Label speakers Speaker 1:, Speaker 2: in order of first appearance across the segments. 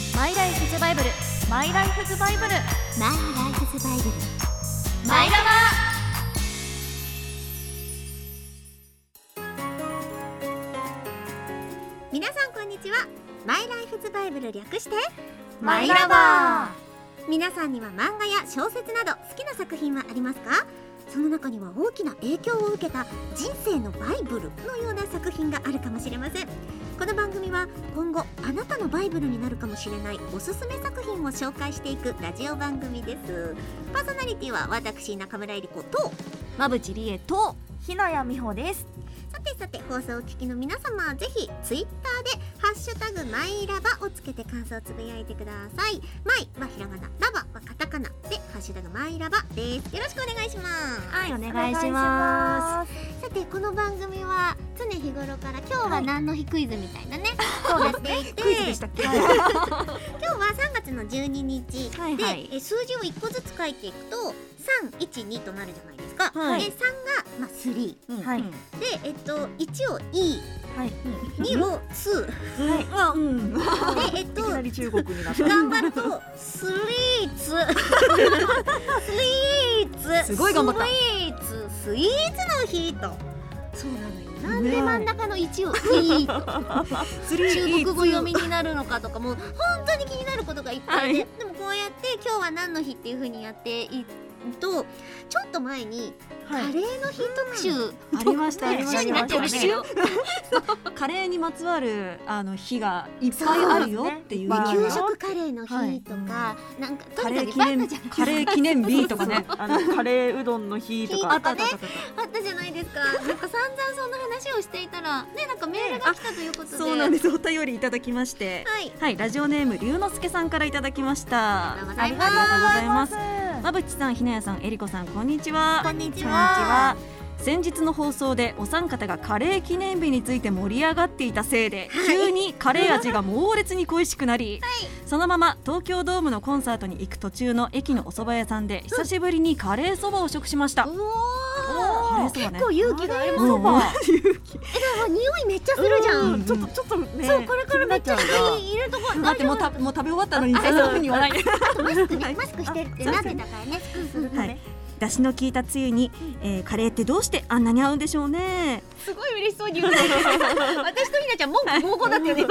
Speaker 1: バイブルマイライフズバイブル
Speaker 2: マイライフズバイブル
Speaker 1: マイラ
Speaker 2: 皆さんこんにちはマイライフズバイブル略して
Speaker 1: バマイラバ
Speaker 2: 皆さんには漫画や小説など好きな作品はありますかその中には大きな影響を受けた人生のバイブルのような作品があるかもしれませんこの番組は今後あなたのバイブルになるかもしれないおすすめ作品を紹介していくラジオ番組ですパーソナリティは私中村えり子と
Speaker 1: まぶちりえとひなやみほです
Speaker 2: さてさて放送をお聞きの皆様はぜひツイッターで「ハッシュタグマイラバ」をつけて感想をつぶやいてくださいマイはひらがなラバはカタカナで「ハッシュタグマイラバ」ですよろしくお願いします
Speaker 1: はいお願い
Speaker 2: お願い
Speaker 1: しま
Speaker 2: しますさてこの番組は常日頃から今日は何の日クイズみた いなね、をやっていて
Speaker 1: たっけ
Speaker 2: 今日は3月の12日で、
Speaker 1: はいはい
Speaker 2: え数字を1個ずつ書いていくと312となるじゃないですか、
Speaker 1: はい
Speaker 2: で3が、まあ、3で、
Speaker 1: はい
Speaker 2: えっと、1を E
Speaker 1: はい
Speaker 2: 2を2
Speaker 1: はうんい
Speaker 2: でえっと
Speaker 1: きなり中国になった
Speaker 2: 頑張るとスイーツスイーツ
Speaker 1: すごい頑張った
Speaker 2: スイーツスイーツの日とそうなのよなん
Speaker 1: ね
Speaker 2: で
Speaker 1: え
Speaker 2: 真ん中の1をいいと中国語読みになるのかとかもう本当に気になることがいっぱいで、
Speaker 1: はい
Speaker 2: でもこうやって今日は何の日っていうふうにやっていくとちょっと前にカ
Speaker 1: は
Speaker 2: レー
Speaker 1: い
Speaker 2: の日特集、
Speaker 3: ありましたありま
Speaker 2: 特集にな
Speaker 3: し
Speaker 2: っ
Speaker 3: てた
Speaker 2: る
Speaker 3: ね
Speaker 2: し
Speaker 3: カレーにまつわるあの日がいっぱいあるよっていう
Speaker 1: そう
Speaker 2: 給
Speaker 1: ですね
Speaker 2: 食カレーの日とか、
Speaker 3: は
Speaker 2: なんかと
Speaker 3: カ
Speaker 2: に
Speaker 3: レ
Speaker 2: か
Speaker 3: ー
Speaker 2: くいっ
Speaker 3: 記
Speaker 2: ぱいあった
Speaker 3: 念
Speaker 2: じゃない
Speaker 3: カレー記念日とかね
Speaker 4: あのカレーうどんの日と
Speaker 2: 日
Speaker 4: か
Speaker 3: あったあったあったあっ
Speaker 2: あったじゃないですか。なんか散々そんな話をしていたら、ね、なんかメールが来たということ
Speaker 3: た
Speaker 2: で。。
Speaker 3: そうなんですすお便りいただきまして
Speaker 2: はい。
Speaker 3: はいラジオネーム龍之介さんからいただきました
Speaker 2: ありがとうござ
Speaker 3: あ
Speaker 2: い
Speaker 3: り
Speaker 2: ま
Speaker 3: が
Speaker 2: す
Speaker 3: とうございます
Speaker 1: は
Speaker 3: まぶちさんひなやさんえりこさんこんにちは
Speaker 2: こんにち
Speaker 3: こんにち
Speaker 2: は。
Speaker 3: は先日の放送でお三方がカレー記念日について盛り上がっていたせいで、急にカレー味が猛烈に恋しくなり、そのまま東京ドームのコンサートに行く途中の駅のお蕎麦屋さんで久しぶりにカレーそばを食しました、
Speaker 2: お
Speaker 3: カ
Speaker 2: おー。
Speaker 3: レーそばね
Speaker 2: 結構勇気があります
Speaker 3: うん
Speaker 2: ね。え、
Speaker 3: う
Speaker 2: で
Speaker 3: ん
Speaker 2: も匂いめっちゃするじゃん。
Speaker 3: うん
Speaker 4: ちょっとちょっとね
Speaker 2: そう、これからめっちゃ
Speaker 4: 気になちゃうない
Speaker 2: るとこ。
Speaker 3: 待ってもうたもう食べ終わったのにそんな風に言わないで
Speaker 2: マスクね、マスクしてるってなってたからね。うんうん
Speaker 3: はい出汁の効いたつゆに、えーカレーってどうしてあんなに合うんでしょうね
Speaker 2: すごい嬉しそうに言うね。私とひなちゃん、文句合コだったよね。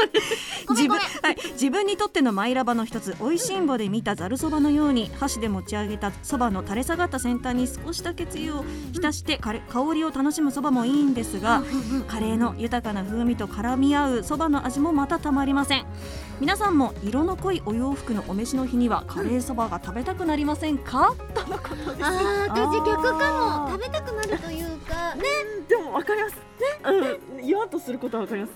Speaker 2: ご め
Speaker 3: 自
Speaker 2: ん、ご
Speaker 3: 分
Speaker 2: めん。
Speaker 3: はい、自分にとってのマイラバの一つ美味しんぼで見たざるそばのように箸で持ち上げたそばの垂れ下がった先端に少しだけつゆを浸してかれ香りを楽しむそばもいいんですがカレーの豊かな風味と絡み合うそばの味もまたたまりません皆さんも色の濃いお洋服のお召しの日にはカレーそばが食べたくなりませんか、
Speaker 2: ああ、私逆かも。
Speaker 1: あー
Speaker 2: 食べたくなるというか。ね、
Speaker 4: でもわかりますうん言わんとすることはわかります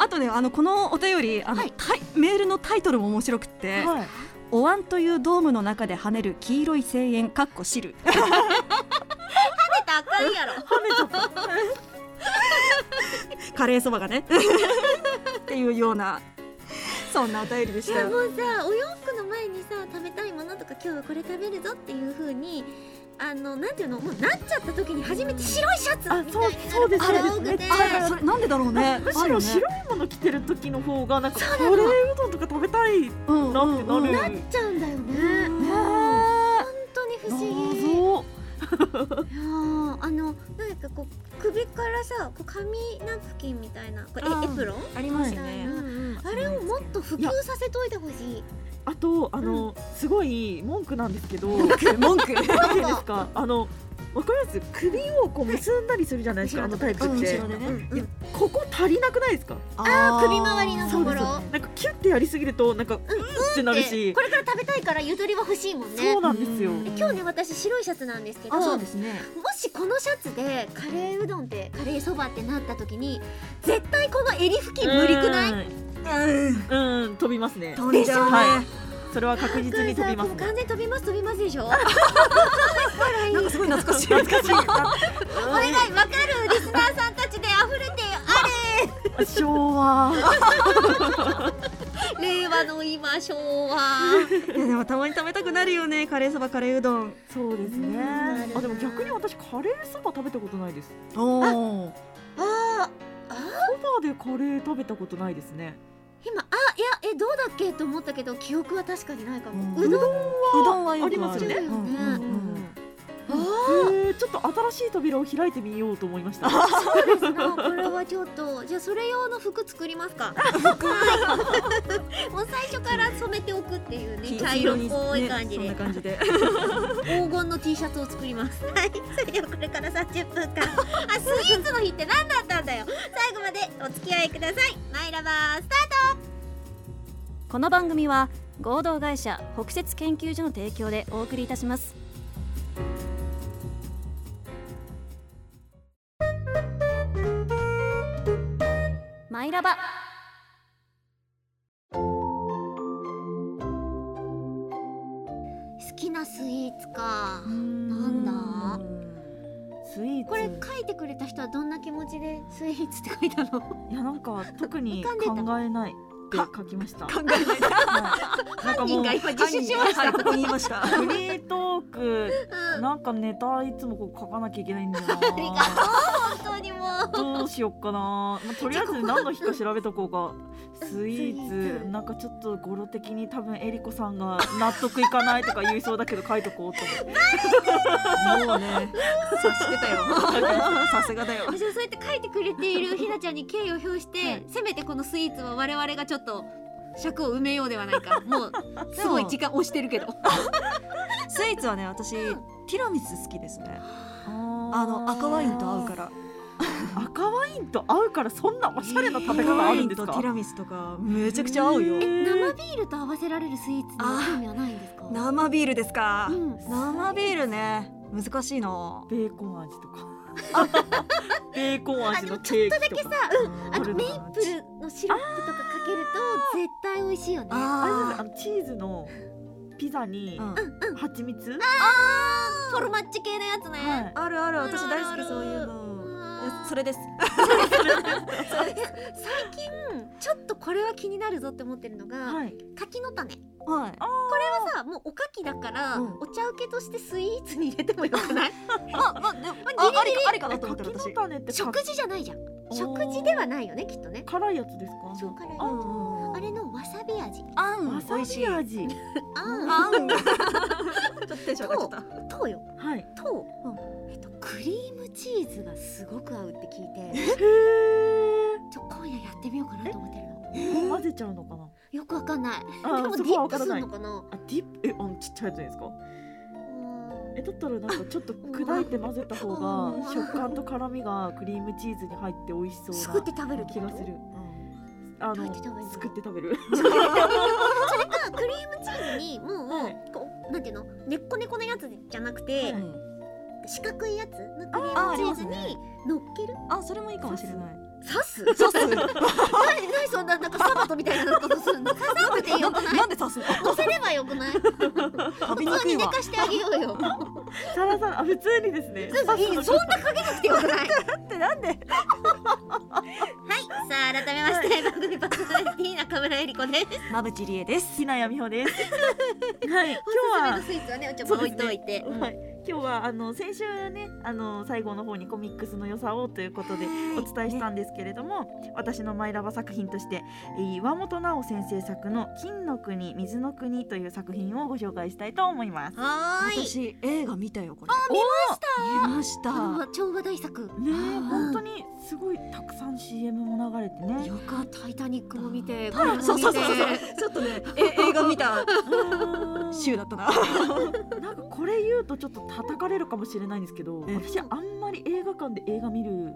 Speaker 3: あとねあのこのお便りあの、
Speaker 2: はい
Speaker 3: タイメールのタイトルも面白くって、
Speaker 4: はい
Speaker 3: お椀というドームの中で跳ねる黄色い声援かっこ汁
Speaker 2: 食べたらあかんやろ。
Speaker 3: カレーそばがねっていうようなそんなお便りでし
Speaker 2: い
Speaker 3: た
Speaker 2: やも
Speaker 3: よ。
Speaker 2: うさお洋服の前にさ食べたいものとか今日はこれ食べるぞっていう風にあのなんていうのもうなっちゃった時に初めて白いシャツみたい
Speaker 4: あ
Speaker 2: に
Speaker 4: そう
Speaker 2: な
Speaker 4: そう
Speaker 2: る
Speaker 4: で
Speaker 2: こ
Speaker 4: す
Speaker 2: と
Speaker 4: そ
Speaker 2: が多
Speaker 4: うです
Speaker 2: くて
Speaker 4: めっち
Speaker 3: あらそれなんでだろうね。
Speaker 4: むしろ白いもの着てる時の方がなんかカレ
Speaker 2: なの
Speaker 4: ーうどんとか食べたいなってなる
Speaker 2: なっちゃうんだよね
Speaker 3: ね
Speaker 2: 本当に不思議い
Speaker 3: 謎
Speaker 2: やーあのなんかこう首からさこう紙ナプキンみたいなこれ
Speaker 3: あ
Speaker 2: エ
Speaker 3: ー
Speaker 2: エプロン
Speaker 3: あります
Speaker 2: う
Speaker 3: ね
Speaker 2: ん。あれをもっと普及させといてほしい
Speaker 4: あとあのすごい文句なんですけ ど
Speaker 3: 文句文句。
Speaker 4: なんていうんですかあのわかります首をこう結んだりするじゃないですかあのタイプっ
Speaker 3: 後
Speaker 4: て
Speaker 3: ろでね。
Speaker 2: うん
Speaker 4: いやここ足りなくないですか
Speaker 3: あ
Speaker 2: 首周りのところ
Speaker 3: そう
Speaker 4: なんかキュッてやりすぎるとなんかうんってなる
Speaker 2: で
Speaker 4: し
Speaker 2: これから食べたいからゆとりは欲しいもんね
Speaker 4: そうなんですよ
Speaker 3: うん
Speaker 2: 今日ね私白いシャツなんですけど
Speaker 3: あそうですね。
Speaker 2: もしこのシャツでカレーうどんってカレーそばってなった時に絶対この襟付近無理くない
Speaker 4: うんうん飛びますね
Speaker 3: 飛んじゃうね
Speaker 4: はいそれは確実に飛びま す
Speaker 2: もう
Speaker 4: ね
Speaker 2: 完全に飛びます飛びますでし ょ笑い
Speaker 3: なんかすごい懐かしい懐かしい。
Speaker 2: お願いわかるリスナーさんたちで溢れて
Speaker 4: 昭和
Speaker 2: あれ令和の今昭和
Speaker 3: いやでもたまに食べたくなるよねカレーそばカレーうどん。
Speaker 4: そうです
Speaker 2: うん
Speaker 4: ね
Speaker 2: なるな
Speaker 4: あでも逆に私カレーそば食べたことないです
Speaker 3: おお。
Speaker 2: あ
Speaker 4: そばでカレー食べたことないですね
Speaker 2: ー今あいやえどうだっけと思ったけど記憶は確かにないかも、
Speaker 3: う
Speaker 2: うんどん
Speaker 3: うどんはよくある
Speaker 4: ありますよね
Speaker 3: うんうん
Speaker 2: うん
Speaker 3: うん
Speaker 2: あ
Speaker 4: へーちょっと新しい扉を開いてみようと思いました。
Speaker 2: あそうですなこれはちょっとじゃあそれ用の服作りますかはいもう最初から染めておくっていうね茶色っぽい感じで、
Speaker 3: ねそんな感じで
Speaker 2: 黄金の T シャツを作りますはいそれではこれから30分間あスイーツの日って何だったんだよ最後までお付き合いくださいマイラバースター
Speaker 5: この番組は合同会社北雪研究所の提供でお送りいたしますマイラバ
Speaker 2: ト好きなスイーツか
Speaker 4: なん
Speaker 2: だ
Speaker 4: スイーツ。
Speaker 2: これ書いてくれた人はどんな気持ちでスイーツって書いたの
Speaker 4: いやなんか特に
Speaker 2: 浮かんでた
Speaker 4: 考えないって書きました。
Speaker 3: 考えない
Speaker 4: なんか
Speaker 2: 犯人が今自首しました
Speaker 3: はいここにいました
Speaker 4: フリートーク
Speaker 2: うん
Speaker 4: なんかネタいつもこう書かなきゃいけないんだよな。
Speaker 2: ありがとう本当にもう
Speaker 4: どうしよっかな、まあ、とりあえず何の日か調べとこうかスイー
Speaker 2: スイー
Speaker 4: ツ
Speaker 2: ツ
Speaker 4: なんかちょっと語呂的に多分えりこさんが納得いかないとか言いそうだけど書いとこうと思って
Speaker 3: もうね察してた よさすがだよ
Speaker 2: 私はそうやって書いてくれているひなちゃんに敬意を表して、
Speaker 4: はい
Speaker 2: せめてこのスイーツは我々がちょっと尺を埋めようではないか もうすごい時間押してるけど
Speaker 3: スイーツはね私ティラミス好きですねあの赤ワインと合うから
Speaker 4: 赤ワインと合うからそんなおしゃれな食べ方あ
Speaker 3: ワ
Speaker 4: る
Speaker 3: イ
Speaker 4: ん
Speaker 3: ン
Speaker 4: です
Speaker 3: とテ
Speaker 4: か
Speaker 3: ィラミスとかめちゃくちゃ合うよ
Speaker 4: へー
Speaker 2: 生ビールと合わせられるスイーツには興味はないんですか
Speaker 3: 生ビールですか
Speaker 2: うん
Speaker 3: 生ビールね難しいな
Speaker 4: ベーコン味と かベーコン味のケーキとか
Speaker 2: あうんあ
Speaker 4: これ
Speaker 2: の
Speaker 4: だ
Speaker 2: メイプルのシロップとかかけると絶対美味しいよね
Speaker 4: あれですあ
Speaker 3: あ
Speaker 4: のチーズのピザに
Speaker 3: ー、うん
Speaker 4: 蜂蜜、
Speaker 2: フォルマッチ系のやつね、
Speaker 4: はい
Speaker 3: あるある
Speaker 2: ある
Speaker 3: 私大好
Speaker 2: ある
Speaker 3: きそういう
Speaker 2: う
Speaker 3: の
Speaker 2: わー
Speaker 3: えそれです
Speaker 2: 最近ちょっとこれは気になるぞって思ってるのが、
Speaker 4: はい
Speaker 2: 柿の種
Speaker 3: はい
Speaker 2: さもうおかきだから、
Speaker 3: うん
Speaker 2: お茶受けとしてスイーツに入れてもよくない
Speaker 3: あ、まあ、でも
Speaker 2: あ
Speaker 3: あありかありかなと思って
Speaker 4: 柿
Speaker 3: る私
Speaker 4: の種って
Speaker 2: 食事じゃないじゃん
Speaker 4: おー
Speaker 2: 食事ではないよねきっとね
Speaker 4: 辛いやつですか
Speaker 2: そう辛いやつ
Speaker 4: あ
Speaker 2: あれのわさび味
Speaker 3: あ
Speaker 4: わ
Speaker 3: ん美
Speaker 4: さ
Speaker 3: 味し
Speaker 4: び
Speaker 3: い
Speaker 4: 味
Speaker 2: あ
Speaker 3: あんちょっとテンション上がっちゃっ
Speaker 2: んとよ
Speaker 4: はいへ
Speaker 2: と、
Speaker 3: うん
Speaker 2: えっとクリームチーズがすごく合うって聞いて
Speaker 4: ー
Speaker 2: ちょ今夜やってみようかなと思ってるの
Speaker 4: 混ぜちゃうのかな
Speaker 2: よくわかんない
Speaker 4: あー
Speaker 2: でも
Speaker 4: そ
Speaker 2: デ
Speaker 4: こ
Speaker 2: ィ
Speaker 4: は
Speaker 2: ッ
Speaker 4: わ
Speaker 2: プ
Speaker 4: から
Speaker 2: す
Speaker 4: なんい
Speaker 2: のかな
Speaker 4: あディップえあのちっちゃいやつですかえだったらなんかちょっと砕いて混ぜた方
Speaker 2: うん
Speaker 4: が食感と辛みがクリームチーズに入って美味し
Speaker 2: す
Speaker 4: そう
Speaker 2: くって
Speaker 4: な
Speaker 2: 食べるって
Speaker 4: 気
Speaker 2: こ
Speaker 4: が
Speaker 2: と
Speaker 4: するあ
Speaker 2: どうやって食べる
Speaker 4: の
Speaker 2: の
Speaker 4: すくって食べる
Speaker 2: それかクリームチーズにもう、
Speaker 4: はい
Speaker 2: こうなんていうの根っこ根っこのやつじゃなくて、
Speaker 3: たうん
Speaker 2: 四角いやつのクリ
Speaker 3: あーあり
Speaker 2: ーム
Speaker 3: ま
Speaker 2: チ
Speaker 3: す
Speaker 2: ーズに
Speaker 3: ね
Speaker 2: 乗っける
Speaker 3: あそれもいいかもしれない
Speaker 2: 刺す
Speaker 3: 刺す
Speaker 2: 何何そんななんかサバトみたいなことするの刺さなくてよ
Speaker 3: な
Speaker 2: く
Speaker 3: ん
Speaker 2: ない
Speaker 3: なんで刺 すの
Speaker 2: 乗せればよくない
Speaker 3: 食べに
Speaker 2: 普通
Speaker 3: くい
Speaker 2: に寝
Speaker 3: わ
Speaker 2: かしてあげようよ。
Speaker 4: サラサラあ普通にですね
Speaker 2: いいそんなかけなくてよくない。
Speaker 3: ってなんで
Speaker 2: はい、さあ改めまして、番組パーソナリティ中村えり子です。
Speaker 3: まぶちりえです
Speaker 4: ひなやみほ ですはい今日は
Speaker 2: おすすめのスイーツはね、ちょっと
Speaker 4: そう
Speaker 2: 置い
Speaker 4: ですね
Speaker 2: といて。うん
Speaker 4: はい、今日はあの先週ねあの最後の方にコミックスの良さをということでお伝えしたんですけれども、私のマイラバ作品としてえー岩本直先生作の「金の国水の国」という作品をご紹介したいと思います。
Speaker 2: はーい。
Speaker 3: 私映画見たよこれあ見ました
Speaker 2: これ
Speaker 3: 見ま
Speaker 2: は調和大作。
Speaker 4: ねえ
Speaker 3: うん
Speaker 4: 本当にすごいたくさん CM も流れてね。
Speaker 2: よかタイタニックも見て、これも
Speaker 3: した
Speaker 2: 見て。
Speaker 3: そうそうそうそうちょっとねえ映画見 た
Speaker 4: うーん
Speaker 3: 週だったな
Speaker 4: なんかこれ言うとちょっと叩かれるかもしれないんですけど
Speaker 3: え
Speaker 4: 私あんまり映画館で映画見る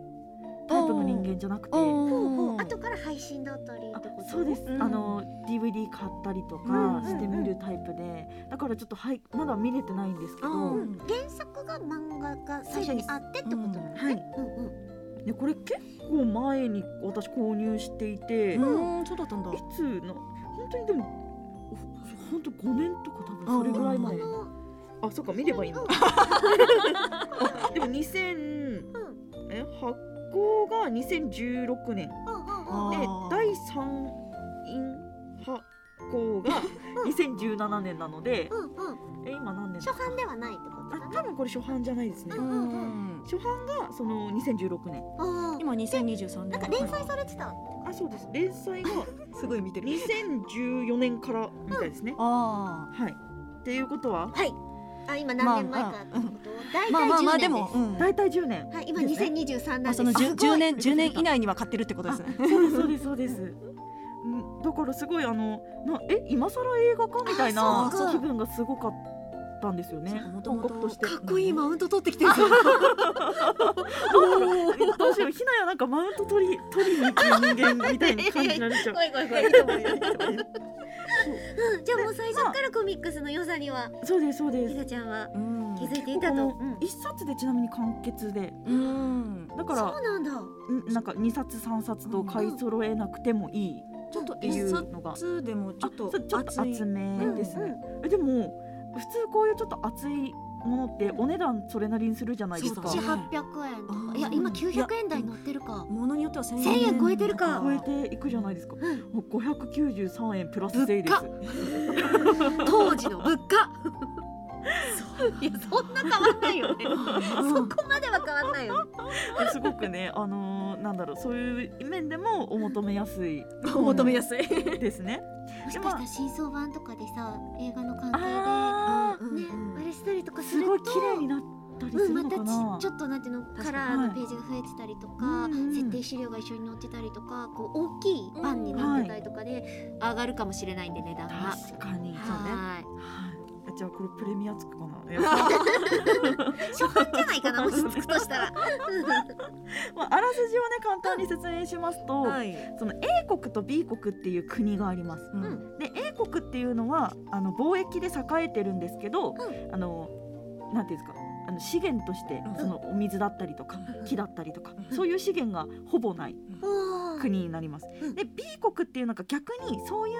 Speaker 4: タイプの人間じゃなくて。
Speaker 2: もう後から配信だったり
Speaker 4: あ
Speaker 2: ってこと。
Speaker 4: そうです、
Speaker 3: うん
Speaker 4: あの DVD 買ったりと
Speaker 3: うんうんう
Speaker 4: か
Speaker 3: ん
Speaker 4: して見るタイプで、だからちょっとはいまだ見れてないんですけど、
Speaker 3: う
Speaker 2: うん原作が漫画が最初にあってってことなのね。
Speaker 4: はい
Speaker 2: うんうん。
Speaker 4: でこれ結構前に私購入していて、い
Speaker 3: うんそうだったんだ
Speaker 4: つの本当にでも本当5年とか多分それぐらい
Speaker 2: こ
Speaker 4: 前
Speaker 2: の
Speaker 4: あそうか見ればいいの
Speaker 2: うん
Speaker 4: でも2000え発行が2016年
Speaker 2: うんうんうん
Speaker 4: で
Speaker 3: あー
Speaker 4: 第3印発行が2017年なので
Speaker 2: うんうん。
Speaker 4: え今何年
Speaker 2: 初
Speaker 4: だ
Speaker 2: 版ではないってことだ
Speaker 4: あ
Speaker 2: な。
Speaker 4: 多分これ初版じゃないですね、
Speaker 2: うんうんうん
Speaker 4: 初版がその2016年
Speaker 2: あー
Speaker 3: 今2023年
Speaker 2: なんか連載されてたってこと
Speaker 4: あそうです連載 が
Speaker 3: すごい見てる
Speaker 4: 2014年からみたいですね、
Speaker 3: あ
Speaker 4: はいっていうことは
Speaker 2: はいあ今何年前かってこと、
Speaker 3: あまあ
Speaker 2: 大体10年
Speaker 3: ま
Speaker 2: です、
Speaker 3: あまあでも、うん、
Speaker 4: 大体10年
Speaker 2: はい今
Speaker 4: ですね
Speaker 2: 2023な
Speaker 3: まあ
Speaker 2: ん
Speaker 3: そ
Speaker 2: で
Speaker 3: の
Speaker 2: す
Speaker 3: 十十年十年以内には買ってるってことですね。
Speaker 4: そうですそうですそうです うんだからすごいあのなえ今更映画かみたいな
Speaker 2: あそうか
Speaker 4: 気分がすごかったんですよね
Speaker 3: もと
Speaker 4: 感
Speaker 3: もと
Speaker 4: 覚として
Speaker 2: かっこいいマウント取ってきてるぞ
Speaker 4: どうしようひなやなんかマウント取り取りに行く人間みたいな感じになっちゃう
Speaker 2: い怖い怖いうんじゃあもう最初からコミックスの良さには
Speaker 4: そうですそうで
Speaker 2: ひ
Speaker 4: す
Speaker 2: なちゃんは
Speaker 3: うん
Speaker 2: 気づいていたと、
Speaker 4: ここも一冊でちなみに完結で
Speaker 3: うん
Speaker 4: だか
Speaker 2: そ
Speaker 4: ら
Speaker 2: うなんだ
Speaker 4: んなんか二冊三冊と買い揃えなくてもいい
Speaker 3: ちょっと
Speaker 4: ってい
Speaker 3: 一
Speaker 4: うのが
Speaker 3: 冊でもちょっと
Speaker 4: あそうちょっと
Speaker 3: 厚い
Speaker 4: 厚めです
Speaker 2: うん
Speaker 4: ね、えでも普通こういうちょっと厚いものってお値段それなりにするじゃないですか
Speaker 3: そう
Speaker 2: 七
Speaker 3: だね
Speaker 2: 八百円と
Speaker 3: あ
Speaker 2: か
Speaker 3: ー
Speaker 2: いや今九百円台乗ってるか
Speaker 3: ものによっては千
Speaker 2: 1000円超えてるか
Speaker 4: 超えていくじゃないですか
Speaker 2: うん
Speaker 4: もう593円プラス税です
Speaker 2: 当時の物価いやそんな変わんないよねそこまでは変わんないよね
Speaker 4: すごくねあのーなんだろうそういう面でもお求めやす い
Speaker 3: お求めやすい。
Speaker 4: ですね
Speaker 2: もしかしたら真相版とかでさ映画の関係
Speaker 4: あ
Speaker 2: でねあれしたりとか
Speaker 4: ー
Speaker 2: す
Speaker 4: す
Speaker 2: る
Speaker 4: ごい
Speaker 2: と
Speaker 4: 綺麗になったりす
Speaker 2: うん、
Speaker 4: る
Speaker 2: ま
Speaker 4: の
Speaker 2: た
Speaker 4: かな、
Speaker 2: ちちょっとなんていうの
Speaker 3: かに
Speaker 2: カラーのページが増えてたりとか、
Speaker 4: うんうん
Speaker 2: 設定資料が一緒に載ってたりとかこう大きい版になってたりとかで、上がるかもしれないんで値段が。はい
Speaker 4: 確かにそうねはいじゃあこれプレミアつくか なやっぱ
Speaker 2: 初版じゃないか なもしつくとしたら。
Speaker 4: まああらすじをね簡単に説明しますと、
Speaker 3: はい。
Speaker 4: その A 国と B 国っていう国があります。
Speaker 3: うん
Speaker 4: で A 国っていうのはあの貿易で栄えてるんですけど、
Speaker 2: う
Speaker 4: あのなんていうんですかあの資源として
Speaker 3: うん
Speaker 4: そのお水だったりとか
Speaker 3: うん
Speaker 4: 木だったりとか
Speaker 3: うん
Speaker 4: そういう資源がほぼない
Speaker 2: おー
Speaker 4: 国になります
Speaker 2: うん。
Speaker 4: で B 国っていうのが逆にそういう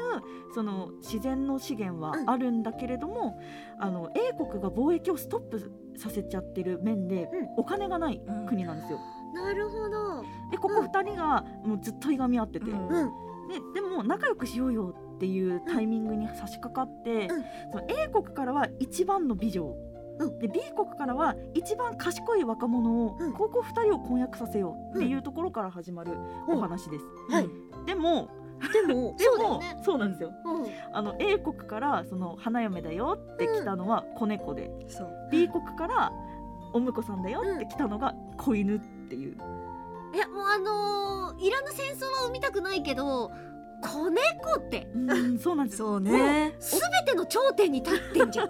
Speaker 4: その自然の資源はあるんだけれども、あの A 国が貿易をストップさせちゃってる面で
Speaker 2: うん
Speaker 4: お金がない国なんですよ。
Speaker 2: なるほど。
Speaker 4: でここ2人がもうずっといがみ合ってて。
Speaker 3: うん
Speaker 2: うん。
Speaker 4: ででも仲良くしようよっていうタイミングに差し掛かって、
Speaker 2: うん
Speaker 4: その A 国からは一番の美女、
Speaker 2: うん
Speaker 4: で B 国からは一番賢い若者を、
Speaker 2: うん
Speaker 4: ここ2人を婚約させようっていうところから始まるお話です。
Speaker 2: はい
Speaker 4: でも
Speaker 2: でも
Speaker 4: で
Speaker 2: そ
Speaker 4: も
Speaker 2: うだよね。
Speaker 4: そうなんですよ
Speaker 2: うん。
Speaker 4: あの A 国からその花嫁だよって来たのは子猫で、
Speaker 3: そう。
Speaker 4: B 国からお婿さんだよって来たのが子犬っていう。
Speaker 2: いやもうあのーいらぬ戦争は見たくないけど子猫って
Speaker 4: うんそうなんですよ
Speaker 3: そうね。
Speaker 2: すべての頂点に立ってんじゃん。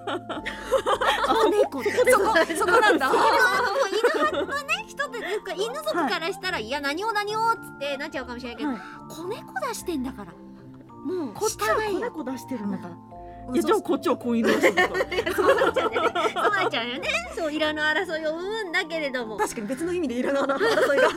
Speaker 2: 子猫って。
Speaker 3: そこそこなんだ。
Speaker 2: でもなんかもう犬派のね人でなんか犬族からしたら、い、や何を何をっつってなっちゃうかもしれないけど、
Speaker 4: はい
Speaker 2: 子猫出してんだからもう
Speaker 4: こっちは
Speaker 2: 従
Speaker 4: 子
Speaker 2: いよ
Speaker 4: 猫出してるんだから。
Speaker 3: うん
Speaker 4: いやじゃあこっちは子犬出してるんだから。
Speaker 2: そうなっちゃうよねそうなっちゃうよねそういらぬ争いを生むんだけれども、
Speaker 3: 確かに別の意味でいろんな争いが。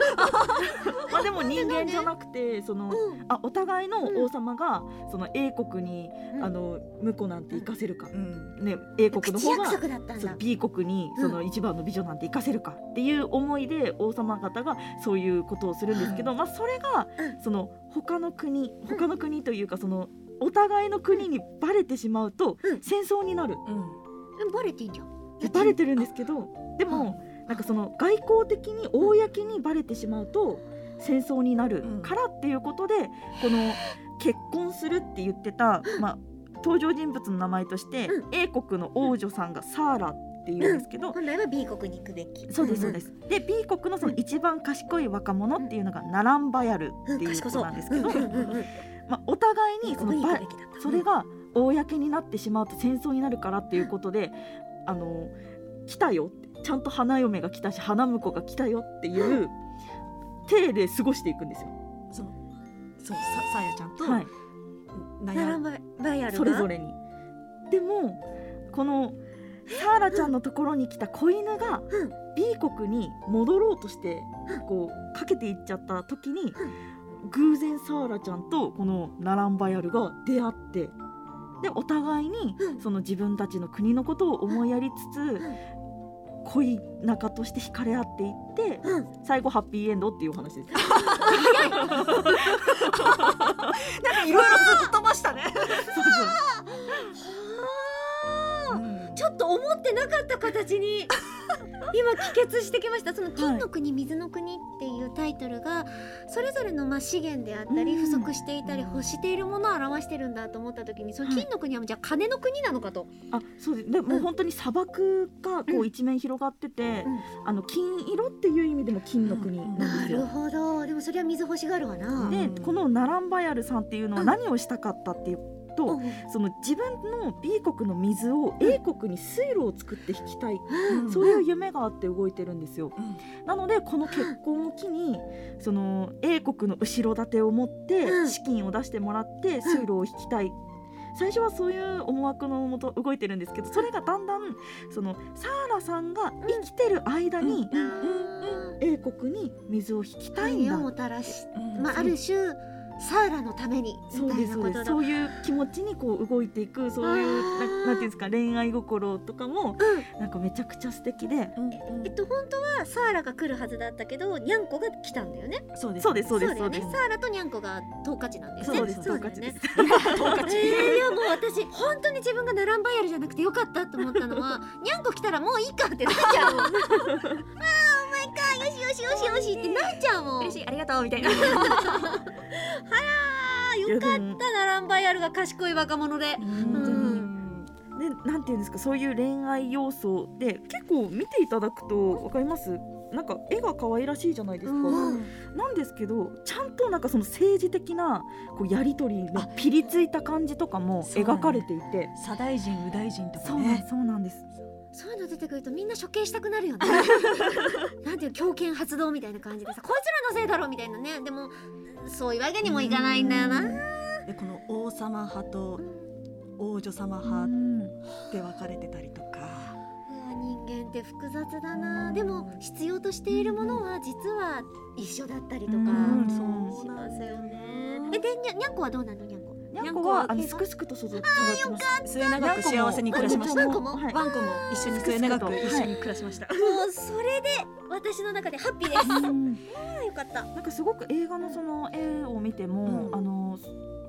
Speaker 4: まあでも人間じゃなくてその
Speaker 2: うん
Speaker 4: あお互いの王様がその A 国に
Speaker 2: うん
Speaker 4: あの婿なんて行かせるか
Speaker 3: うん。
Speaker 4: ね A 国の
Speaker 2: 口
Speaker 4: 方
Speaker 2: 約
Speaker 4: が
Speaker 2: 束だったん
Speaker 4: そ
Speaker 2: だ
Speaker 4: う B 国にその一番の美女なんて行かせるかっていう思いで王様方がそういうことをするんですけどまあそれが
Speaker 2: うん
Speaker 4: その他の国他の国というかそのお互いの国にバレてしまうと
Speaker 2: うん
Speaker 4: 戦争になる
Speaker 3: うん。
Speaker 2: うんバレてんじゃん
Speaker 4: でバレてるんですけどでもなんかその外交的に公にバレてしまうと戦争になるからっていうことで、この結婚するって言ってた、まあ、登場人物の名前として、
Speaker 2: う
Speaker 4: A 国の王女さんがサーラっていうんですけど、
Speaker 2: 本来は B 国に行くべき
Speaker 4: そうですそうんです。で B 国のその一番賢い若者っていうのがナランバヤルっていう子なんですけど、
Speaker 2: うんうんうんうん
Speaker 4: まあ、お互い
Speaker 2: B
Speaker 4: にその
Speaker 2: 国に行
Speaker 4: ば
Speaker 2: くべきだった
Speaker 4: それが公になってしまうと戦争になるからっていうことで、あの来たよってちゃんと花嫁が来たし花婿が来たよっていう体で過ごしていくんですよ。
Speaker 3: そのそうささやちゃんと
Speaker 4: はい、
Speaker 3: 悩む。
Speaker 2: 並ばバイアルが
Speaker 4: それぞれに。でもこのサーラちゃんのところに来た子犬が
Speaker 2: うん
Speaker 4: B 国に戻ろうとしてこうかけていっちゃった時に偶然サーラちゃんとこのナランバヤルが出会ってでお互いに
Speaker 2: うん
Speaker 4: その自分たちの国のことを思いやりつつ恋仲として惹かれ合っていって
Speaker 2: うん
Speaker 4: 最後ハッピーエンドっていう お話です。
Speaker 3: なんかいろいろずっと飛ばしたね。
Speaker 2: ちょっと思ってなかった形に今帰結してきましたその「金の国水の国」っていうタイトルがそれぞれのまあ資源であったり
Speaker 4: うん
Speaker 2: 不足していたり欲しているものを表してるんだと思った時にその金の国はじゃあ金の国なのかと
Speaker 4: あそうですでもう本当に砂漠がこう一面広がってて、あの金色っていう意味でも金の国なんで
Speaker 2: な
Speaker 4: すよ。
Speaker 2: るほどでもそりゃ水欲しがるわな
Speaker 4: でこのナランバヤルさんっていうのは
Speaker 2: うん
Speaker 4: 何をしたかったっていうと、
Speaker 2: うん
Speaker 4: その自分の B 国の水を A 国に水路を作って引きたい、
Speaker 3: うん
Speaker 4: そういう夢があって動いてるんですよ、なのでこの結婚を機にその A 国の後ろ盾を持って資金を出してもらって水路を引きたい、最初はそういう思惑のもと動いてるんですけどそれがだんだんそのサーラさんが生きてる間に
Speaker 2: あー
Speaker 4: A 国に水を引きたいん
Speaker 2: 愛
Speaker 4: だ
Speaker 2: をもたらし、
Speaker 3: うん
Speaker 2: まあ、ある種サーラのために
Speaker 4: そ
Speaker 2: み
Speaker 4: う
Speaker 2: た
Speaker 4: で
Speaker 2: いな
Speaker 4: すそ
Speaker 2: こと
Speaker 4: うです
Speaker 2: だ
Speaker 4: そういう気持ちにこう動いていくそうい
Speaker 2: あ
Speaker 4: う
Speaker 2: ー
Speaker 4: ななんていうんですか恋愛心とかも
Speaker 2: うん
Speaker 4: なんかめちゃくちゃ素敵で
Speaker 2: えっと本当はサーラが来るはずだったけどニャンコが来たんだよね。
Speaker 3: そうです
Speaker 4: そうですそうです
Speaker 2: だ
Speaker 4: そ
Speaker 2: よ
Speaker 4: うで
Speaker 2: ね。
Speaker 4: す
Speaker 2: サーラとニャンコがトンカチなんだよね。
Speaker 4: そうです
Speaker 2: だ
Speaker 4: ト
Speaker 2: よ
Speaker 4: ンカチで
Speaker 2: ね
Speaker 4: す。
Speaker 2: えーいやもう私本当に自分がナランバヤルじゃなくてよかったと思ったのはニャンコ来たらもういいかってなっちゃうもん。あーお前かよしよしよしよしってなっちゃうもん。
Speaker 3: 嬉しいありがとうみたいな
Speaker 2: あーよかっ
Speaker 4: いやでも
Speaker 2: たナランバヤルが賢い若者で。
Speaker 4: 本当に
Speaker 3: うん
Speaker 4: でなんていうんですかそういう恋愛要素で結構見ていただくとわかりますなんか絵が可愛らしいじゃないですか、
Speaker 2: うん
Speaker 4: なんですけどちゃんとなんかその政治的なこうやり取りのピリついた感じとかも
Speaker 3: そうなん
Speaker 4: 描
Speaker 3: だ
Speaker 4: かれていて
Speaker 3: 左大臣右大臣とか
Speaker 4: そうなんで
Speaker 3: ね
Speaker 4: すそうなんです
Speaker 2: そういうの出てくるとみんな処刑したくなるよ ね。なんていうの強権発動みたいな感じでさこいつらのせいだろみたいなねでもそういうわけにもいかないんだよな。
Speaker 3: でこの王様派と王女様
Speaker 4: う
Speaker 3: 派
Speaker 4: ん
Speaker 3: で分かれてたりとか
Speaker 2: うわ人間って複雑だなでも必要としているものは実は一緒だったりとか
Speaker 4: うん
Speaker 2: し
Speaker 4: そう
Speaker 2: ますよね。えでにゃにゃんこはどうなのにゃんこ
Speaker 4: にゃんこはあのすくすくと育育ちます
Speaker 3: 末永く幸せに暮らしまし
Speaker 2: にゃ
Speaker 3: た
Speaker 2: んこ
Speaker 3: ワ
Speaker 2: も
Speaker 4: はい
Speaker 3: ンコも一緒に末永く一緒に暮らしました
Speaker 2: もうそれで私の中でハッピーです。
Speaker 4: うん
Speaker 2: あよかった。
Speaker 4: なんかすごく映画のその絵を見ても、
Speaker 3: うん
Speaker 4: あの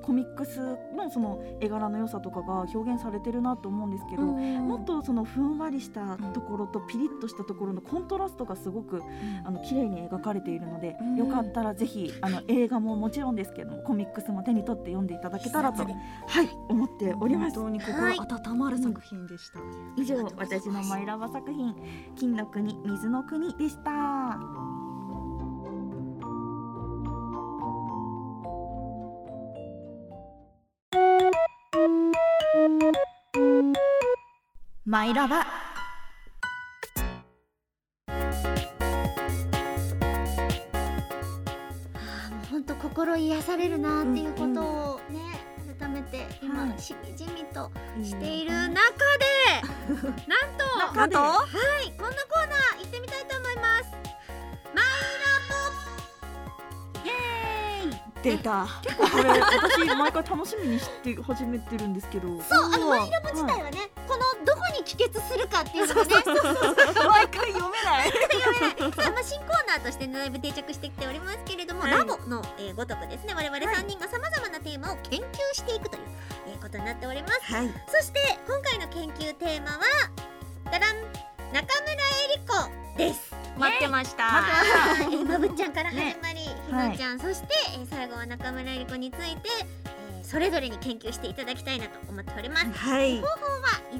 Speaker 4: コミックスのその絵柄の良さとかが表現されてるなと思うんですけど、もっとそのふんわりしたところとピリッとしたところのコントラストがすごくあの綺麗に描かれているので、
Speaker 3: うん
Speaker 4: よかったらぜひあの映画ももちろんですけどもコミックスも手に取って読んでいただけたらと、はい、思っております。
Speaker 3: 本当に心温まる作品でした、
Speaker 4: 以上私のマイラバ作品「金の国水の国」でした。
Speaker 1: マイラバ
Speaker 2: あもう本当心癒されるなっていうことをね、改めて
Speaker 4: は
Speaker 2: 今
Speaker 4: い
Speaker 2: しみじみとして
Speaker 4: い
Speaker 2: いる中 で、なんと
Speaker 4: なんと
Speaker 2: はいこんなコーナー行ってみたいと思いますマイラボイエーイ
Speaker 3: 出た
Speaker 4: 結構これ私毎回楽しみにして始めてるんですけど
Speaker 2: そうあのマイラボ自体はね、このどこに帰結するかっていうのがね
Speaker 3: 毎回読めない
Speaker 2: さあまあ、新コーナーとしてだいぶ定着してきておりますけれども、
Speaker 4: はい
Speaker 2: ラボの、えー、ごとくですね我々3人がさまざまなテーマを研究していくという、えーことになっております、
Speaker 3: はい
Speaker 2: そして今回の研究テーマはダラン中村えり子です
Speaker 1: 待ってました。
Speaker 2: えーまぶっちゃんから始まり、ひのちゃん、そして、えー最後は中村えり子について、えーそれぞれに研究していただきたいなと思っております
Speaker 3: はい
Speaker 2: 以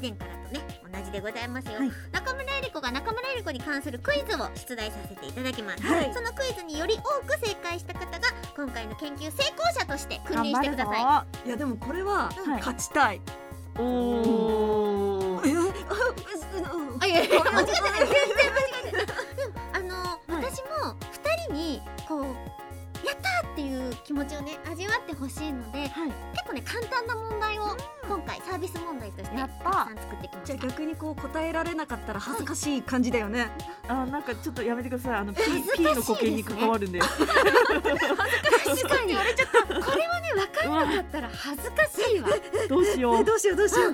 Speaker 2: 前からとね同じでございますよ、
Speaker 4: はい
Speaker 2: 中村えり子が中村えり子に関するクイズを出題させていただきます、
Speaker 3: はい
Speaker 2: そのクイズにより多く正解した方が今回の研究成功者として君臨してください
Speaker 4: 頑
Speaker 3: いやでもこれは
Speaker 4: 張るぞ
Speaker 3: 勝ちたい、
Speaker 4: はい、お
Speaker 3: え
Speaker 4: ー
Speaker 3: ー
Speaker 2: あいやい や間違えた全然間違えたでもあの、
Speaker 4: はい
Speaker 2: 私も二人にこうやったーっていう気持ちをね味わってほしいので
Speaker 4: はい
Speaker 2: 結構ね簡単な問題を今回サービス問題として
Speaker 4: や
Speaker 2: た
Speaker 4: っ
Speaker 2: く
Speaker 4: た
Speaker 2: さん作ってきま
Speaker 3: じゃ
Speaker 2: し
Speaker 3: あ
Speaker 2: た
Speaker 3: 逆にこう答えられなかったら恥ずかしい感じだよね、
Speaker 4: あなんかちょっとやめてくださいあの P,
Speaker 2: 恥ずかし
Speaker 4: P
Speaker 2: いですね
Speaker 4: の固形に関わるんで
Speaker 2: 確かに言われちゃったこれはね分かんなかったら恥ずかしいわ
Speaker 4: どうしよ
Speaker 3: え
Speaker 4: う
Speaker 3: どうしようどうしよう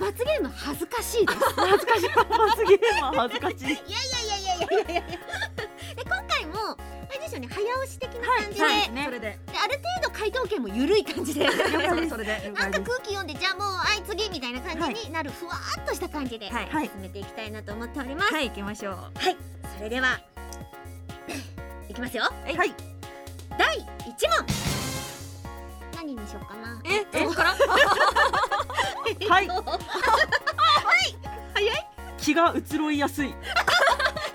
Speaker 2: 罰ゲーム恥ずかしいです
Speaker 4: 恥ずかしい罰ゲームは恥ずかしい
Speaker 2: いやいやいやいやいやいやいやで今回もあれですよですよね早押し的な感じで,、
Speaker 4: はいね
Speaker 3: それで
Speaker 2: である程度回答権も緩い感じで
Speaker 3: 了解ですそれで了
Speaker 2: な
Speaker 3: 解
Speaker 2: んか
Speaker 3: です
Speaker 2: 空気読んでじゃあもうはい次みたいな感じになる、ふわーっとした感じで
Speaker 3: はい
Speaker 4: はい
Speaker 2: 進めていきたいなと思っております、
Speaker 3: はい行きましょう
Speaker 2: それでは いきますよ
Speaker 4: はいはい
Speaker 2: 第一問何にしようかな
Speaker 3: えどこから
Speaker 4: はい
Speaker 2: どう
Speaker 4: 気が移ろいやすい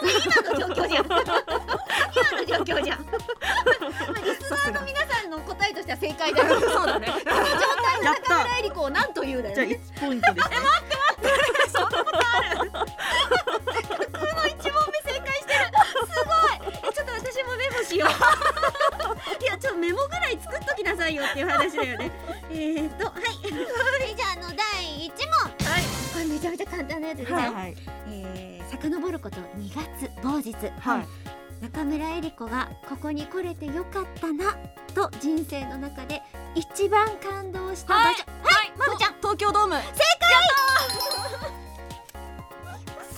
Speaker 2: 今の状況じゃん今の状況じゃんまあリスナーの皆さんの答えとしては正解だろう そうだねこの状態
Speaker 4: やっ
Speaker 2: の中
Speaker 4: た
Speaker 2: 村えり子を何と言うだよ
Speaker 4: じゃあ
Speaker 2: ね
Speaker 4: 1ポイントですね
Speaker 2: ちょっと私もメモしよう いやちょっとメモぐらい作っときなさいよっていう話だよね えーとはいじゃああの第1問はいこれめちゃめちゃ簡単なやつですよ、
Speaker 4: はいはい
Speaker 2: えー、遡ること2月某日、
Speaker 4: はい
Speaker 2: 中村えり子がここに来れてよかったなと人生の中で一番感動した場所はい、まるちゃん
Speaker 3: 東京ドーム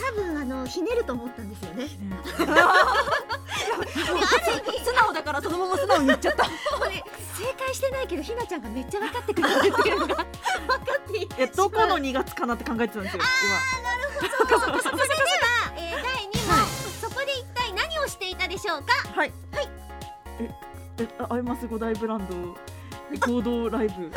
Speaker 2: 多分あのひねると思ったんですよね
Speaker 3: 素直だからそのまま素直に言っちゃった
Speaker 2: これ正解してないけどひなちゃんがめっちゃ分かってくれ るっていうのが分かってい
Speaker 4: えどこの2月かなって考えてたんですよ
Speaker 2: それでは、えー、第2問、そこで一体何をしていたでしょうか
Speaker 4: 今はい
Speaker 2: はい
Speaker 4: ええあアイマス5大ブランドえ合同ライブ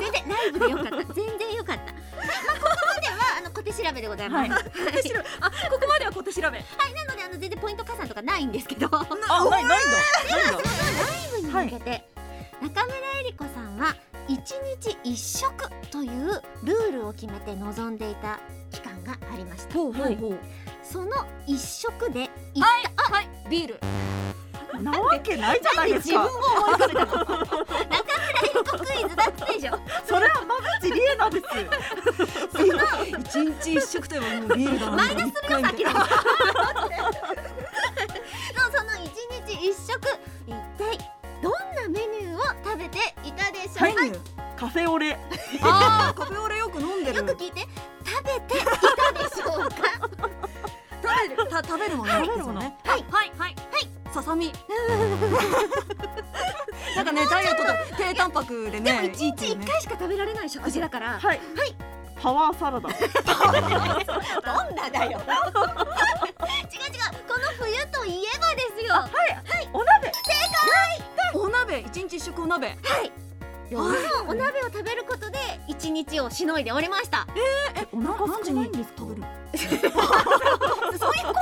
Speaker 2: 全然ライブでよかった全然よかった、はいまあ、ここまではあの小手調べでございます、
Speaker 4: は
Speaker 2: はいい、
Speaker 3: あここまでは小手調べ
Speaker 2: なのであの全然ポイント加算とかないんですけどライ
Speaker 4: あないないんだないんだ
Speaker 2: ブに向けて、中村えり子さんは一日一食というルールを決めて臨んでいた期間がありました
Speaker 3: ほうほうほう、
Speaker 2: その一食で一
Speaker 5: はいビール
Speaker 4: なわけないじゃない
Speaker 2: 体
Speaker 4: です
Speaker 2: 自分を
Speaker 4: か
Speaker 2: 思い浮かべたの中村えり子クイズだったでしょ
Speaker 4: それは間口理恵なんです
Speaker 3: 一日一食といえばもうビールだな
Speaker 2: マイナス目を先だ。
Speaker 3: 一回
Speaker 2: の
Speaker 3: みたいな
Speaker 2: その一日一食一体どんなメニューを食べていたでしょうか、
Speaker 4: メニューカフェオレ
Speaker 3: あーカフェオレよく飲んでる
Speaker 2: よく聞いて食べていたでしょう か
Speaker 3: 食べるた食べるもの
Speaker 4: はい
Speaker 3: ですよね
Speaker 2: はい
Speaker 3: はいはいはいささみなんかねダイエットと低タンパクで
Speaker 2: でも
Speaker 3: ね
Speaker 2: 一日一
Speaker 3: ね
Speaker 2: 回しか食べられない食事だからは
Speaker 4: はい
Speaker 2: い
Speaker 4: パワーサラダ
Speaker 2: どんなだよ 違う違うこの冬といえばですよ
Speaker 4: お鍋
Speaker 3: お鍋一日一食お鍋
Speaker 2: そのお鍋を食べることで一日をしのいでおりました
Speaker 3: えお腹
Speaker 4: 空かないんですか
Speaker 3: 食べる
Speaker 2: そういうコー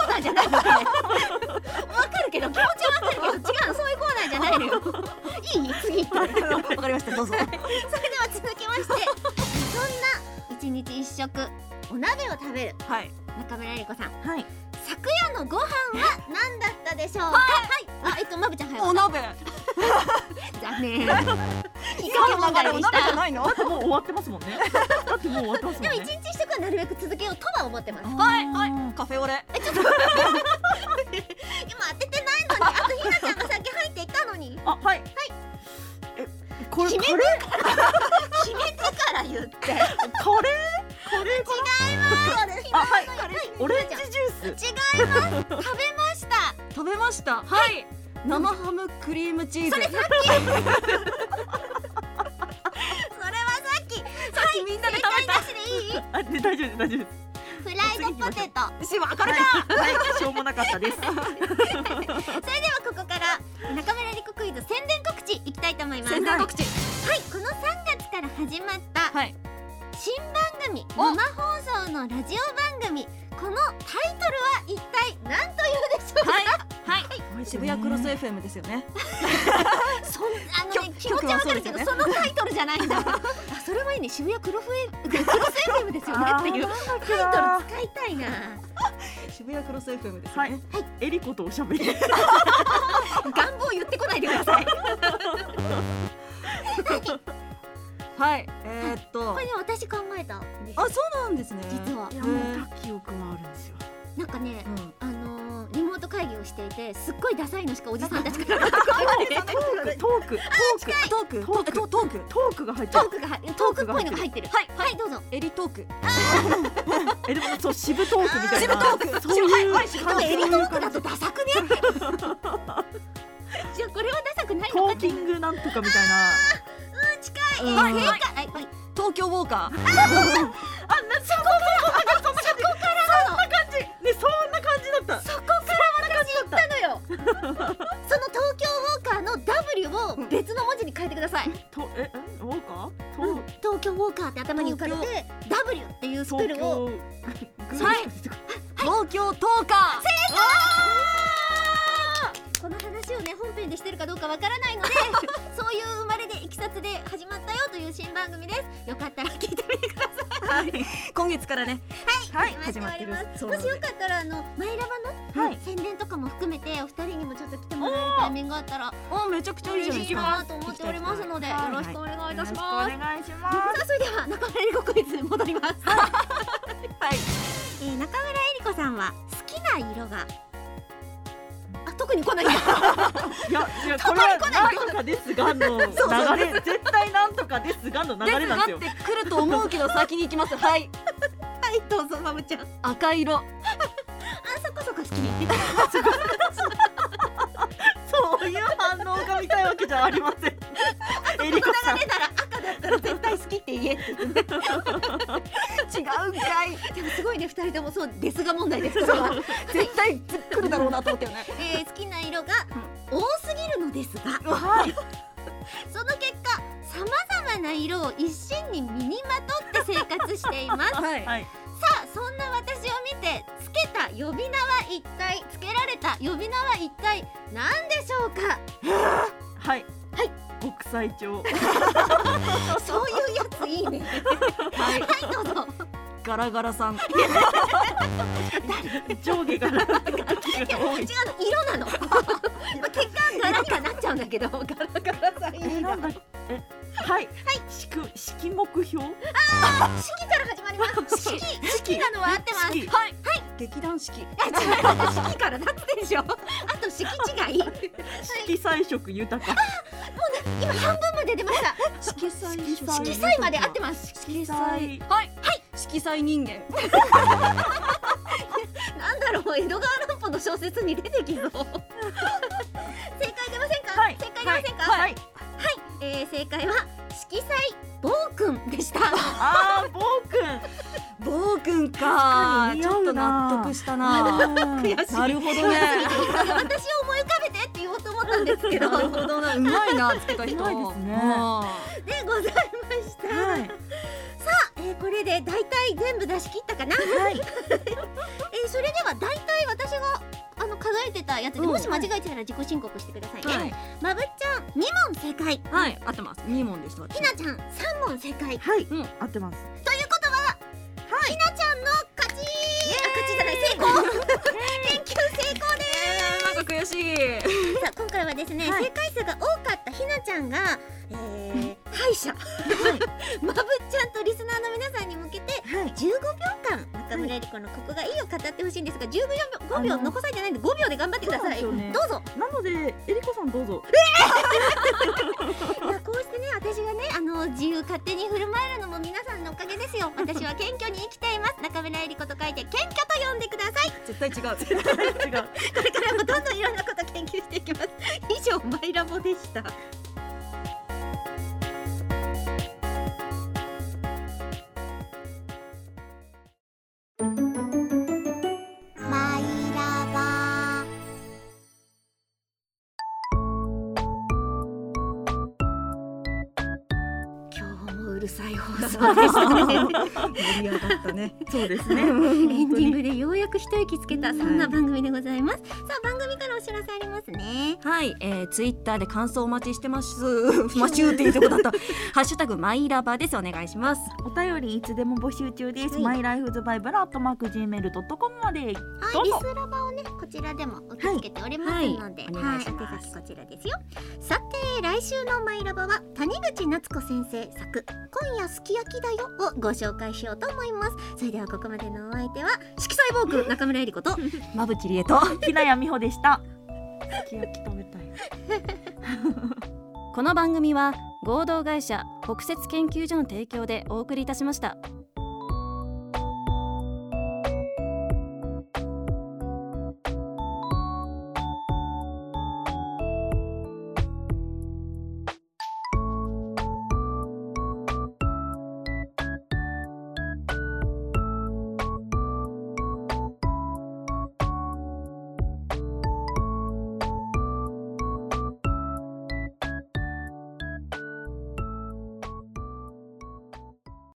Speaker 2: ナーじゃ ないのこれわかるけど気持ちはわかるけど違うのそういうコーナーじゃない のよいい次行って
Speaker 3: わかりましたどうぞ
Speaker 2: それでは続きましてそんな一日一食お鍋を食べる
Speaker 3: はい
Speaker 2: 中村えり子さん
Speaker 4: はい
Speaker 2: 昨夜のご飯は何だったでしょうかはい、あえっとまぶちゃん早
Speaker 3: お
Speaker 2: く
Speaker 3: 鍋
Speaker 2: 残念引っ掛け問題で
Speaker 3: お
Speaker 2: し
Speaker 3: 鍋じゃ
Speaker 2: た
Speaker 3: ないの
Speaker 4: だってもう終わってますもんねだってもう終わってますも
Speaker 2: で
Speaker 4: ん
Speaker 2: も一
Speaker 4: ね
Speaker 2: 日一食はなるべく続けようとは思ってます
Speaker 3: はいはいカフェオレ
Speaker 2: 今当ててないのにあとひなちゃんが先入っていったのに
Speaker 4: あはいはいえこれ
Speaker 2: 決
Speaker 4: カ
Speaker 2: め
Speaker 4: レ
Speaker 2: て
Speaker 4: ー
Speaker 2: から決めてから言って違い
Speaker 4: カレ
Speaker 2: ます
Speaker 4: ーあはい
Speaker 2: はい
Speaker 4: オレン
Speaker 2: 違い
Speaker 4: ジ
Speaker 2: ます
Speaker 4: ジュース
Speaker 2: 食べました
Speaker 3: 食べましたはい生ハムクリームチーズさ
Speaker 2: それはさっき
Speaker 3: っきみんなで食べ
Speaker 2: 正解な
Speaker 3: た
Speaker 2: しでいい
Speaker 4: あで大丈夫です大丈夫です
Speaker 2: フライドポテト
Speaker 3: しわかる
Speaker 4: はいはいしょうもなかったです
Speaker 2: ではここから中村理子クイズ宣伝告知いきたいと思います
Speaker 3: 宣伝告知
Speaker 2: はいこの3月から始まった
Speaker 3: はい
Speaker 2: 新番組、
Speaker 3: お
Speaker 2: 生放送のラジオ番組このタイトルは一体何というでしょうか、
Speaker 3: はいはい渋谷クロス FM ですよね
Speaker 2: そんあのね
Speaker 3: 曲
Speaker 2: 気持ちはわかるけど
Speaker 3: 曲は
Speaker 2: そ,、
Speaker 3: そうですよね
Speaker 2: のタイトルじゃない んだあそれはいいね渋谷クロフエクロス FM ですよねっていうタイトル使いたいな
Speaker 3: 渋谷クロス FM ですよ
Speaker 4: はい
Speaker 3: ね
Speaker 4: えりことおしゃべりは
Speaker 2: 願望言ってこないでく ださい
Speaker 3: はいえーっと
Speaker 2: これね私考えたんです
Speaker 3: あそうなんですね
Speaker 2: 実は
Speaker 4: もう他記憶はあるんですよ
Speaker 2: なんかね
Speaker 3: うん
Speaker 2: あのーリモート会議をしていてすっごいダサいのしかおじさんたちからト
Speaker 4: トーク、
Speaker 3: トーク
Speaker 4: トーク、
Speaker 3: トーク
Speaker 4: トークが入っちゃう
Speaker 2: ー。クが入トークっぽいのが入ってるはい、はい、どうぞ
Speaker 3: エリトーク
Speaker 4: え、でも、そう、渋トークみたい
Speaker 3: 渋
Speaker 4: な。
Speaker 3: トーク
Speaker 4: そういう感じ。
Speaker 2: でもエリトークだ
Speaker 4: そういう感
Speaker 2: と
Speaker 4: じ
Speaker 2: ダサくねじゃあこれはダサくない
Speaker 4: ト
Speaker 2: のか
Speaker 4: ー
Speaker 2: って
Speaker 4: キ
Speaker 2: いう
Speaker 4: ングなんとかみたいな。
Speaker 2: 近い、えー
Speaker 3: はい
Speaker 2: 正解、はい、
Speaker 3: 東京ウォーカー
Speaker 4: ね、そんな感じだった。
Speaker 2: そこから私言ったのよその東京ウォーカーの W を別の文字に変えてください、
Speaker 4: と、え、えウォーカー。ト
Speaker 2: う
Speaker 4: ー
Speaker 2: ん、東京ウォーカーって頭に浮かべて W っていうスペルを
Speaker 4: 東京。
Speaker 2: はい
Speaker 3: 東京トーカー
Speaker 2: この話をね本編でしてるかどうかわからないのでそういう生まれでいきさつで始まったよという新番組ですよかったら聞いてみてくださ
Speaker 3: 今月からね
Speaker 4: はいい、始まってる
Speaker 2: おりま。す
Speaker 4: そう
Speaker 2: も
Speaker 4: なの
Speaker 2: しよ
Speaker 4: で
Speaker 2: かったらあのマイラバの、
Speaker 4: はい
Speaker 2: 宣伝とかも含めてお二人にもちょっと来てもらえるタイミングがあったら
Speaker 3: おめちゃくちゃいいじゃな
Speaker 2: 嬉
Speaker 3: いで
Speaker 2: しい
Speaker 3: す
Speaker 2: か
Speaker 3: か
Speaker 2: なと思っておりますのでよ
Speaker 4: はい
Speaker 2: ろしくお願いいたし
Speaker 4: よ
Speaker 2: ま
Speaker 4: ろ
Speaker 2: す
Speaker 4: しくお願いします。
Speaker 2: さあそれでは中村えり子クイズに戻りますはい、 えー、中村えり子さんは好きな色が あ特に来ない
Speaker 4: いや、いや、これはなんとかですがの流れ、絶対なんとかですがの流れなんですよ。
Speaker 3: ですがって来ると思うけど先に行き ますはい
Speaker 2: はいどうぞまむちゃんあ
Speaker 3: 赤色
Speaker 2: そこそこ好きに
Speaker 4: そういう反応が見たいわけじゃありません。えりこさん。
Speaker 2: なら赤だったら絶対好きって言えって
Speaker 3: 違うんかい
Speaker 2: でもすごいね二人ともそうですが問題ですから
Speaker 4: そう
Speaker 3: 絶対来るだろうなと思ったよね
Speaker 2: えー好きな色が多すぎるのですが
Speaker 4: はい、
Speaker 2: その結果さまざまな色を一身に身にまとって生活していますさ
Speaker 3: はい
Speaker 4: はい、
Speaker 2: あそんな私を見てつけた呼び名は一体つけられた呼び名は一体何でしょう か
Speaker 4: はい、国際調。
Speaker 2: そういうやついいねはい、どうぞ
Speaker 3: ガラガラさん
Speaker 4: 上下がなんか
Speaker 2: いや違うの色な のまあ結果柄にはなっちゃうんだ けど柄柄さんい
Speaker 4: え、
Speaker 2: いな
Speaker 4: な
Speaker 2: ん
Speaker 4: だ。え、はい、式、式目標。
Speaker 2: 式から始まり ます式式なのは合ってます
Speaker 4: 式
Speaker 3: はい劇団四季
Speaker 2: 式からだってでしょあと式違い
Speaker 4: 色彩色豊か。
Speaker 2: 今半分まで出ました
Speaker 3: 色彩
Speaker 2: 色彩まで合ってます
Speaker 3: 色
Speaker 4: 彩
Speaker 3: 彩はい色彩人間
Speaker 2: なんだろう江戸川乱歩の小説に出てきそう 正解出ませんか、
Speaker 4: はい
Speaker 2: 正解出ませんか、
Speaker 4: はいい、
Speaker 2: えー正解は色彩暴君でした
Speaker 4: ああ、ぼうくん。
Speaker 3: 暴君か
Speaker 4: 確
Speaker 3: ち
Speaker 4: か
Speaker 3: ょ
Speaker 4: に
Speaker 3: っ
Speaker 4: 似合
Speaker 3: と
Speaker 4: うな
Speaker 3: 納得したな
Speaker 2: 悔しい
Speaker 3: なるほどね
Speaker 2: 私を思い浮かべてって言おうと思ったんですけどで
Speaker 3: なるほどなうまいなつけた人
Speaker 4: うまいですね
Speaker 3: う
Speaker 2: ございました、
Speaker 4: はい、
Speaker 2: えーこれで大体全部出し切ったかな、
Speaker 4: は
Speaker 2: え
Speaker 4: い、
Speaker 2: ーそれでは大体私があの数えてたやつで、
Speaker 3: うん
Speaker 2: もし間違えてたら自己申告してくださいね、
Speaker 3: はい
Speaker 2: まぶっちゃん二問正解
Speaker 3: んはい合ってます二問でした
Speaker 2: ひなちゃん三問正解
Speaker 4: はい、
Speaker 3: うん
Speaker 4: 合ってます。
Speaker 2: ということは、ひなちゃんの勝ちあ勝ちじゃない成功 研究成功で
Speaker 3: えーなんか悔しい
Speaker 2: すさあ今回はですね、
Speaker 4: はい
Speaker 2: 正解数が多かったひなちゃんが、えー、敗者まぶっちゃんとリスナーの皆さんに向けて
Speaker 4: はい、
Speaker 2: 15秒間中村えり子のここがいいを語ってほしいんですが15秒5秒
Speaker 4: あの
Speaker 2: 残されてないんで5秒で頑張ってください、
Speaker 4: そうですよね
Speaker 2: どうぞ
Speaker 4: なので、えりこさんどうぞ。
Speaker 2: いやこうしてね私がねあの自由勝手に振る舞えるのも皆さんのおかげですよ私は謙虚に生きています中村えり子と書いて謙虚と呼んでください
Speaker 3: 絶対違う
Speaker 4: 違う。
Speaker 2: これからもどんどんいろんなこと研究していきます以上マイラボでしたマイラボ今日もうるさい放送でしたね
Speaker 3: 盛り上がったね
Speaker 4: そうです ね。
Speaker 2: エンディン
Speaker 4: グ。
Speaker 2: グでようやく一息つけたそんな番組でございます、さあ番組からお知らせありますね
Speaker 3: はい、えー、ツイッターで感想お待ちしてますマシューっていうとこだったハッシュタグマイラバですお願いします
Speaker 4: お便りいつでも募集中です。
Speaker 2: は
Speaker 4: マイライフズバイブラットマーク gmail ドットコムまで。
Speaker 2: はい、
Speaker 4: どう
Speaker 2: リ
Speaker 4: ぞ
Speaker 2: スラバをねねこちらでも受け付けておりますので、
Speaker 3: はいはいお
Speaker 2: は
Speaker 3: 願
Speaker 2: い
Speaker 3: いし
Speaker 2: お
Speaker 3: ま
Speaker 2: 手
Speaker 3: す
Speaker 2: 書きこちらですよさて来週の「マイラバ」は谷口夏子先生作「今夜すき焼きだよ」をご紹介しようと思いますそれではここまでのお相手は色彩ボーク中村えり子と
Speaker 3: まぶちりえと
Speaker 4: ひなやみほでした。すき焼き食べたい。
Speaker 5: この番組は合同会社北雪研究所の提供でお送りいたしました